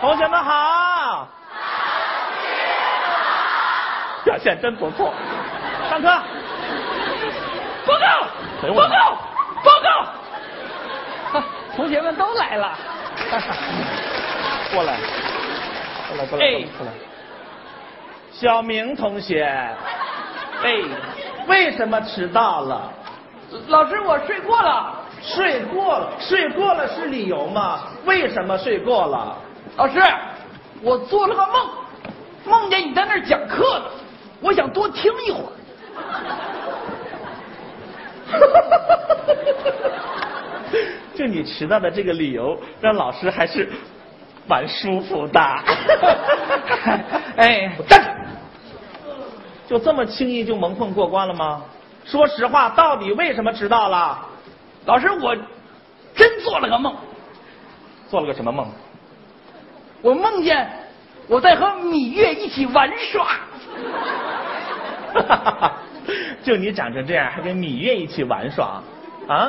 同学们好，表现真不错。上课，报告，哎呦我报的妈告，报告。啊同学们都来了。过来，过来，来过过来。哎小明同学，哎，为什么迟到了？老师，我睡过了。睡过了，睡过了是理由吗？为什么睡过了？老师，我做了个梦，梦见你在那儿讲课呢，我想多听一会儿。就你迟到的这个理由，让老师还是蛮舒服的。哎我站着！就这么轻易就蒙混过关了吗？说实话，到底为什么迟到了？老师，我真做了个梦，做了个什么梦？我梦见我在和芈月一起玩耍。 就你长成这样，还跟芈月一起玩耍，啊？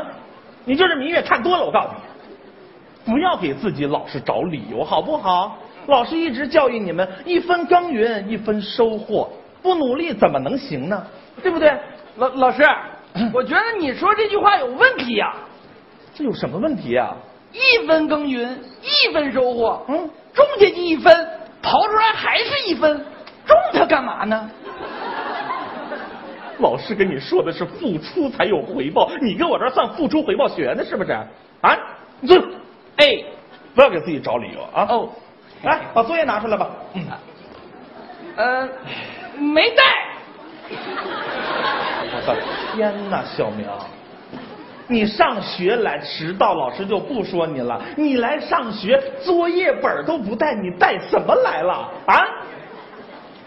你就是芈月看多了，我告诉你，不要给自己老是找理由，好不好？老师一直教育你们，一分耕耘一分收获，不努力怎么能行呢？对不对？老老师，我觉得你说这句话有问题呀、这有什么问题啊？一分耕耘一分收获，嗯，种下去一分，刨出来还是一分，种它干嘛呢？老师跟你说的是付出才有回报，你跟我这儿算付出回报学呢，是不是？啊，你坐，哎，不要给自己找理由啊！哦，来，把作业拿出来吧。嗯，呃，没带，我的 天哪，小明，你上学来迟到，老师就不说你了。你来上学，作业本都不带，你带什么来了啊？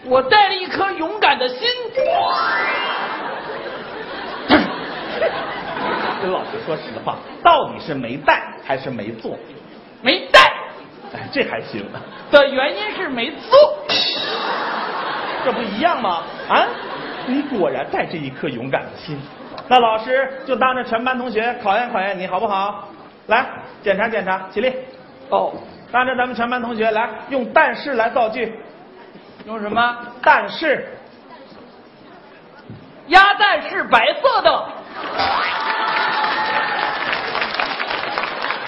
我带了一颗勇敢的心。跟老师说实话，到底是没带还是没做？没带哎，这还行，的原因是没做。这不一样吗？啊，你果然带着一颗勇敢的心。那老师就当着全班同学考验考验你好不好？来，检查检查，起立，哦，当着咱们全班同学来用但是来造句，用什么？但是。鸭蛋是白色的。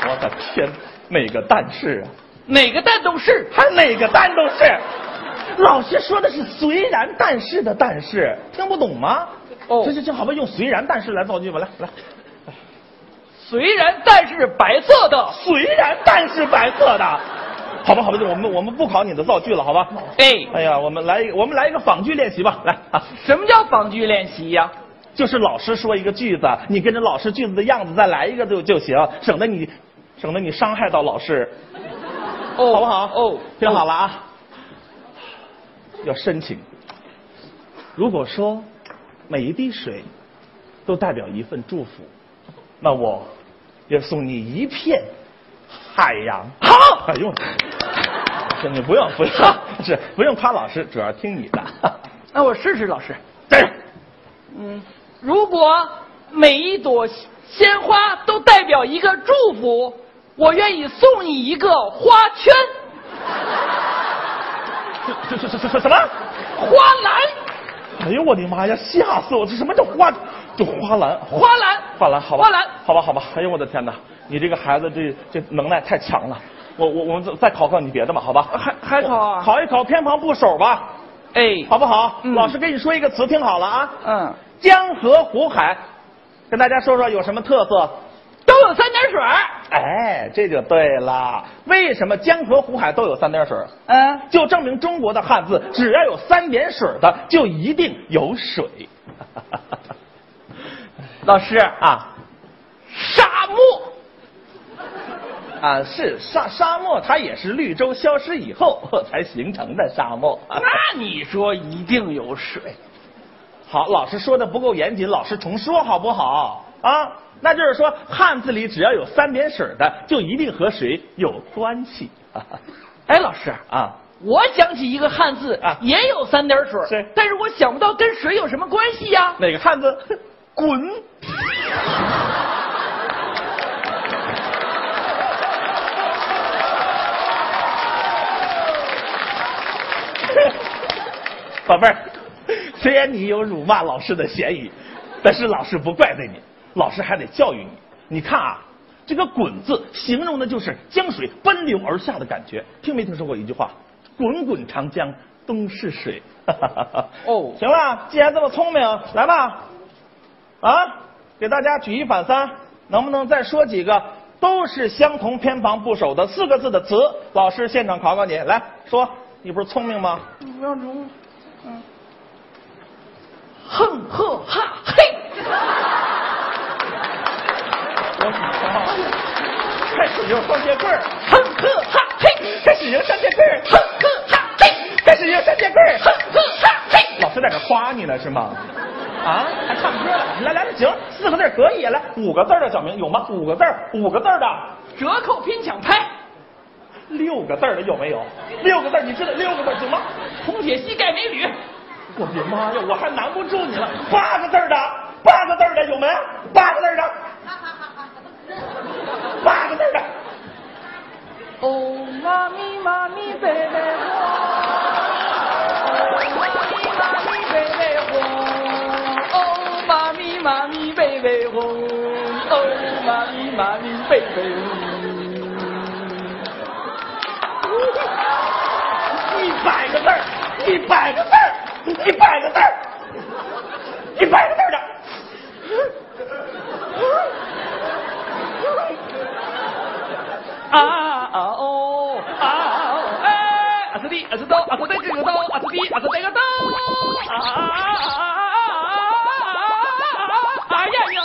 我的天，哪个蛋是啊？哪个蛋都是。还哪个蛋都是。老师说的是虽然但是的但是，听不懂吗？哦行行行，好吧，用虽然但是来造句吧，来来。虽然蛋是白色的，虽然蛋是白色的，好吧好吧，我们我们不考你的造句了，好吧？哎，哎呀，我们来一个我们来一个仿句练习吧，来啊，什么叫仿句练习呀、就是老师说一个句子，你跟着老师句子的样子再来一个就就行，省得你省得你伤害到老师。哦，好不好？哦，听好了啊，要深情。如果说每一滴水都代表一份祝福，那我也送你一片海洋。好哎呦，真的不用不用，是不用夸老师，主要听你 的。那我试试，老师。站着，嗯，如果每一朵鲜花都代表一个祝福，我愿意送你一个花圈、这这这这这什么？花篮、哎呦我的妈呀！吓死我！这什么叫花？这花篮？花篮、花篮，好吧，花篮好吧，好吧。哎呦，我的天哪，你这个孩子这这能耐太强了。我我我们再再考考你别的吧，好吧？还还考啊考一考偏旁部首吧，哎，好不好？嗯老师跟你说一个词，听好了啊，嗯，江河湖海，跟大家说说有什么特色？都有三点水儿。哎，这就对了。为什么江河湖海都有三点水？嗯，就证明中国的汉字只要有三点水的，就一定有水。 老师，啊沙漠。啊，是沙沙漠，它也是绿洲消失以后 才形成的沙漠。 那你说一定有水？好，老师说的不够严谨，老师重说好不好？啊，那就是说汉字里只要有三点水的，就一定和水有关系。 哎，老师，啊，我想起一个汉字啊也有三点水，是但是我想不到跟水有什么关系呀、哪个汉字？ 滚！宝贝儿，虽然你有辱骂老师的嫌疑，但是老师不怪罪你，老师还得教育你。你看啊，这个“滚”字形容的就是江水奔流而下的感觉。听没听说过一句话？“滚滚长江东逝水。”哦行了，既然这么聪明，来吧，啊，给大家举一反三，能不能再说几个都是相同偏旁部首的四个字的词？老师现场考考你，来说，你不是聪明吗？哼呵哈嘿， 我开始用双截棍儿，哼呵哈嘿，开始用双截棍儿，哼呵哈嘿，开始用双截棍儿。哼呵哈嘿，老师在这夸你呢是吗？啊，还唱歌了？来来来，行，四个字儿可以，来五个字儿的小明有吗？五个字儿，五个字儿的，折扣拼抢拍，六个字儿的有没有？六个字儿，你知道六个字儿行吗？红铁膝盖美女，我的妈呀，我还难不住你了。八个字儿的，八个字儿的有没？八个字儿的，八个字儿的，哦妈咪妈咪贝贝火，哦妈咪妈咪贝贝火，哦妈咪妈咪贝贝火，哦妈咪妈咪贝贝火。一百个字儿，一百个字儿，一百个字儿，一百个字儿的。啊啊哦啊哦哎，啊这里啊这刀啊这这这个刀啊这里啊这这个刀啊啊啊啊啊啊呀哟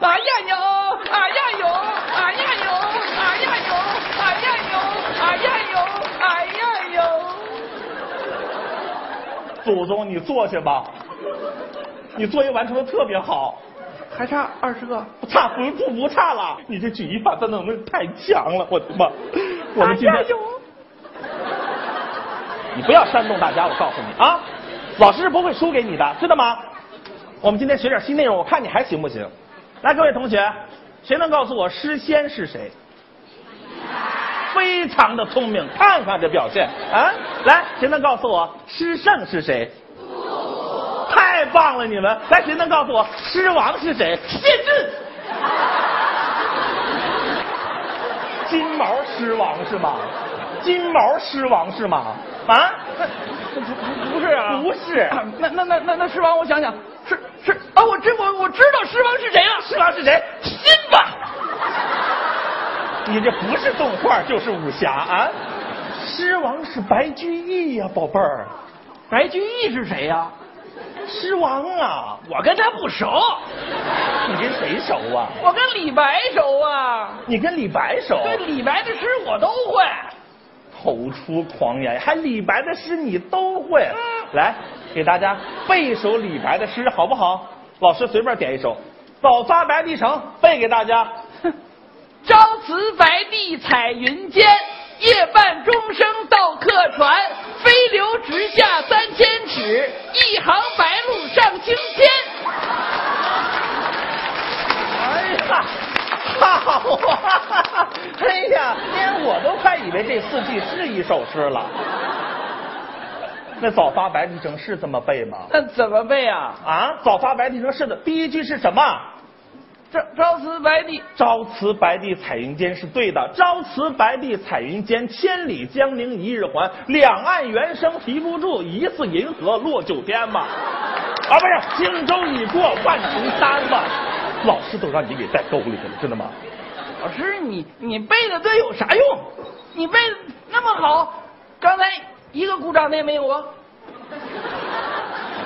啊呀哟啊呀哟啊呀哟啊呀哟啊呀哟啊呀哟啊呀哟，祖宗，你坐下吧，你作业完成的特别好，还差二十个。不差不不不差了，你这举一反三的能力太强了，我的妈！我们今啊呀天哟你不要煽动大家，我告诉你啊，老师是不会输给你的，知道吗？我们今天学点新内容，我看你还行不行？来，各位同学，谁能告诉我诗仙是谁？非常的聪明，看看这表现啊！来，谁能告诉我诗圣是谁？太棒了，你们！来，谁能告诉我诗王是谁？谢震，金毛狮王是吗？金毛狮王是吗？啊？不是啊，不是。那那那那那狮王，我想想，是是啊，我知我我知道狮王是谁了，狮王是谁？辛巴。你这不是动画就是武侠啊！狮王是白居易呀、宝贝儿，白居易是谁呀、狮王啊！我跟他不熟，你跟谁熟啊？我跟李白熟啊。你跟李白熟？对李白的诗我都会。口出狂言，还李白的诗你都会？嗯来，给大家背一首李白的诗好不好？老师随便点一首，《早发白帝城》背给大家。朝辞白帝彩云间，夜半钟声到客船。飞流直下三千尺，一行白鹭上青天。哎呀，好啊！哎呀，连我都快以为这四季是一首诗了。那早发白帝城是这么背吗？那怎么背啊？啊，早发白帝城是的，第一句是什么？朝朝辞白帝，朝辞白帝彩云间是对的。朝辞白帝彩云间，千里江陵一日还。两岸猿声啼不住，疑似银河落九天嘛。啊，不是，轻舟已过万重山嘛。老师都让你给带沟里去了，知道吗？老师你你背的这有啥用？你背的那么好，刚才一个鼓掌的也没有啊，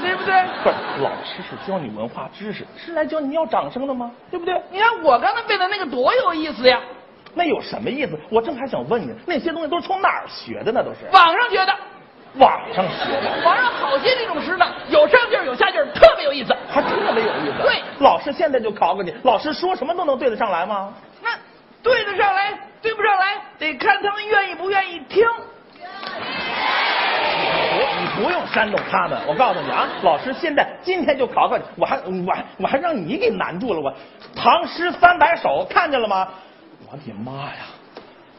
对不对？不是，老师是教你文化知识，是来教你要掌声的吗？对不对？你看我刚才背的那个多有意思呀，那有什么意思？我正还想问你，那些东西都是从哪儿学的呢？都是网上学的，网上学的，网上好些这种诗呢，有上句儿有下句儿，特别有意思。还特别有意思。对老师现在就考考你，老师说什么都能对得上来吗？那对得上来，对不上来，得看他们愿意不愿意听。不，你不用煽动他们。我告诉你啊，老师现在今天就考考你，我还我还我还让你给难住了我。唐诗三百首看见了吗？我的妈呀！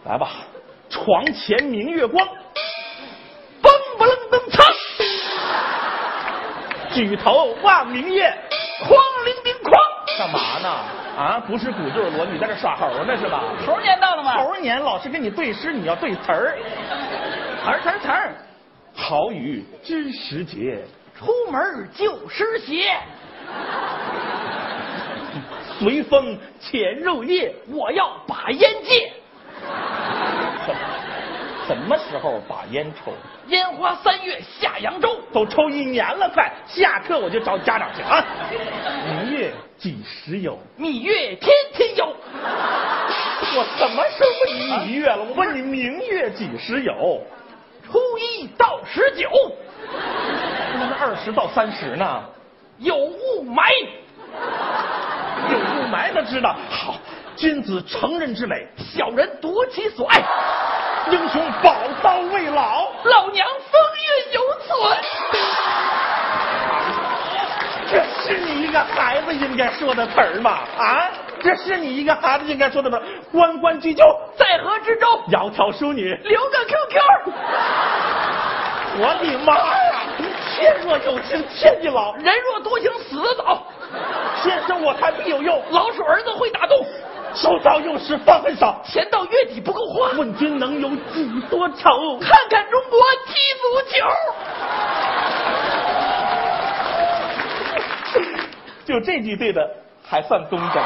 来吧，床前明月光，嘣不楞登噌，举头望明月，哐铃叮哐，干嘛呢？啊，不是鼓就是锣，你在这耍猴呢是吧？猴年到了吗？猴年老师跟你对诗，你要对词儿，词儿词儿词儿。好雨知时节，出门就湿鞋，随风潜入夜。我要把烟戒，什么时候把烟抽？烟花三月下扬州，都抽一年了，快下课我就找家长去啊！明月几时有？蜜月天天有。我什么时候问你明月了？我问你明月几时有？初一到十九那是二十到三十呢？有雾霾，有雾霾的知道。好，君子成人之美，小人夺其所爱，英雄宝刀未老。老娘风韵犹存。这是你一个孩子应该说的词儿吗？啊，这是你一个孩子应该说的词儿。关关雎鸠，在河之洲窈窕淑女。留个 QQ，我的妈呀！天若有情天亦老，人若多情死得早，先生我还必有用。老鼠儿子会打洞，收到用时方恨少，钱到月底不够花。问君能有几多愁？看看中国踢足球，就这句对的还算工整。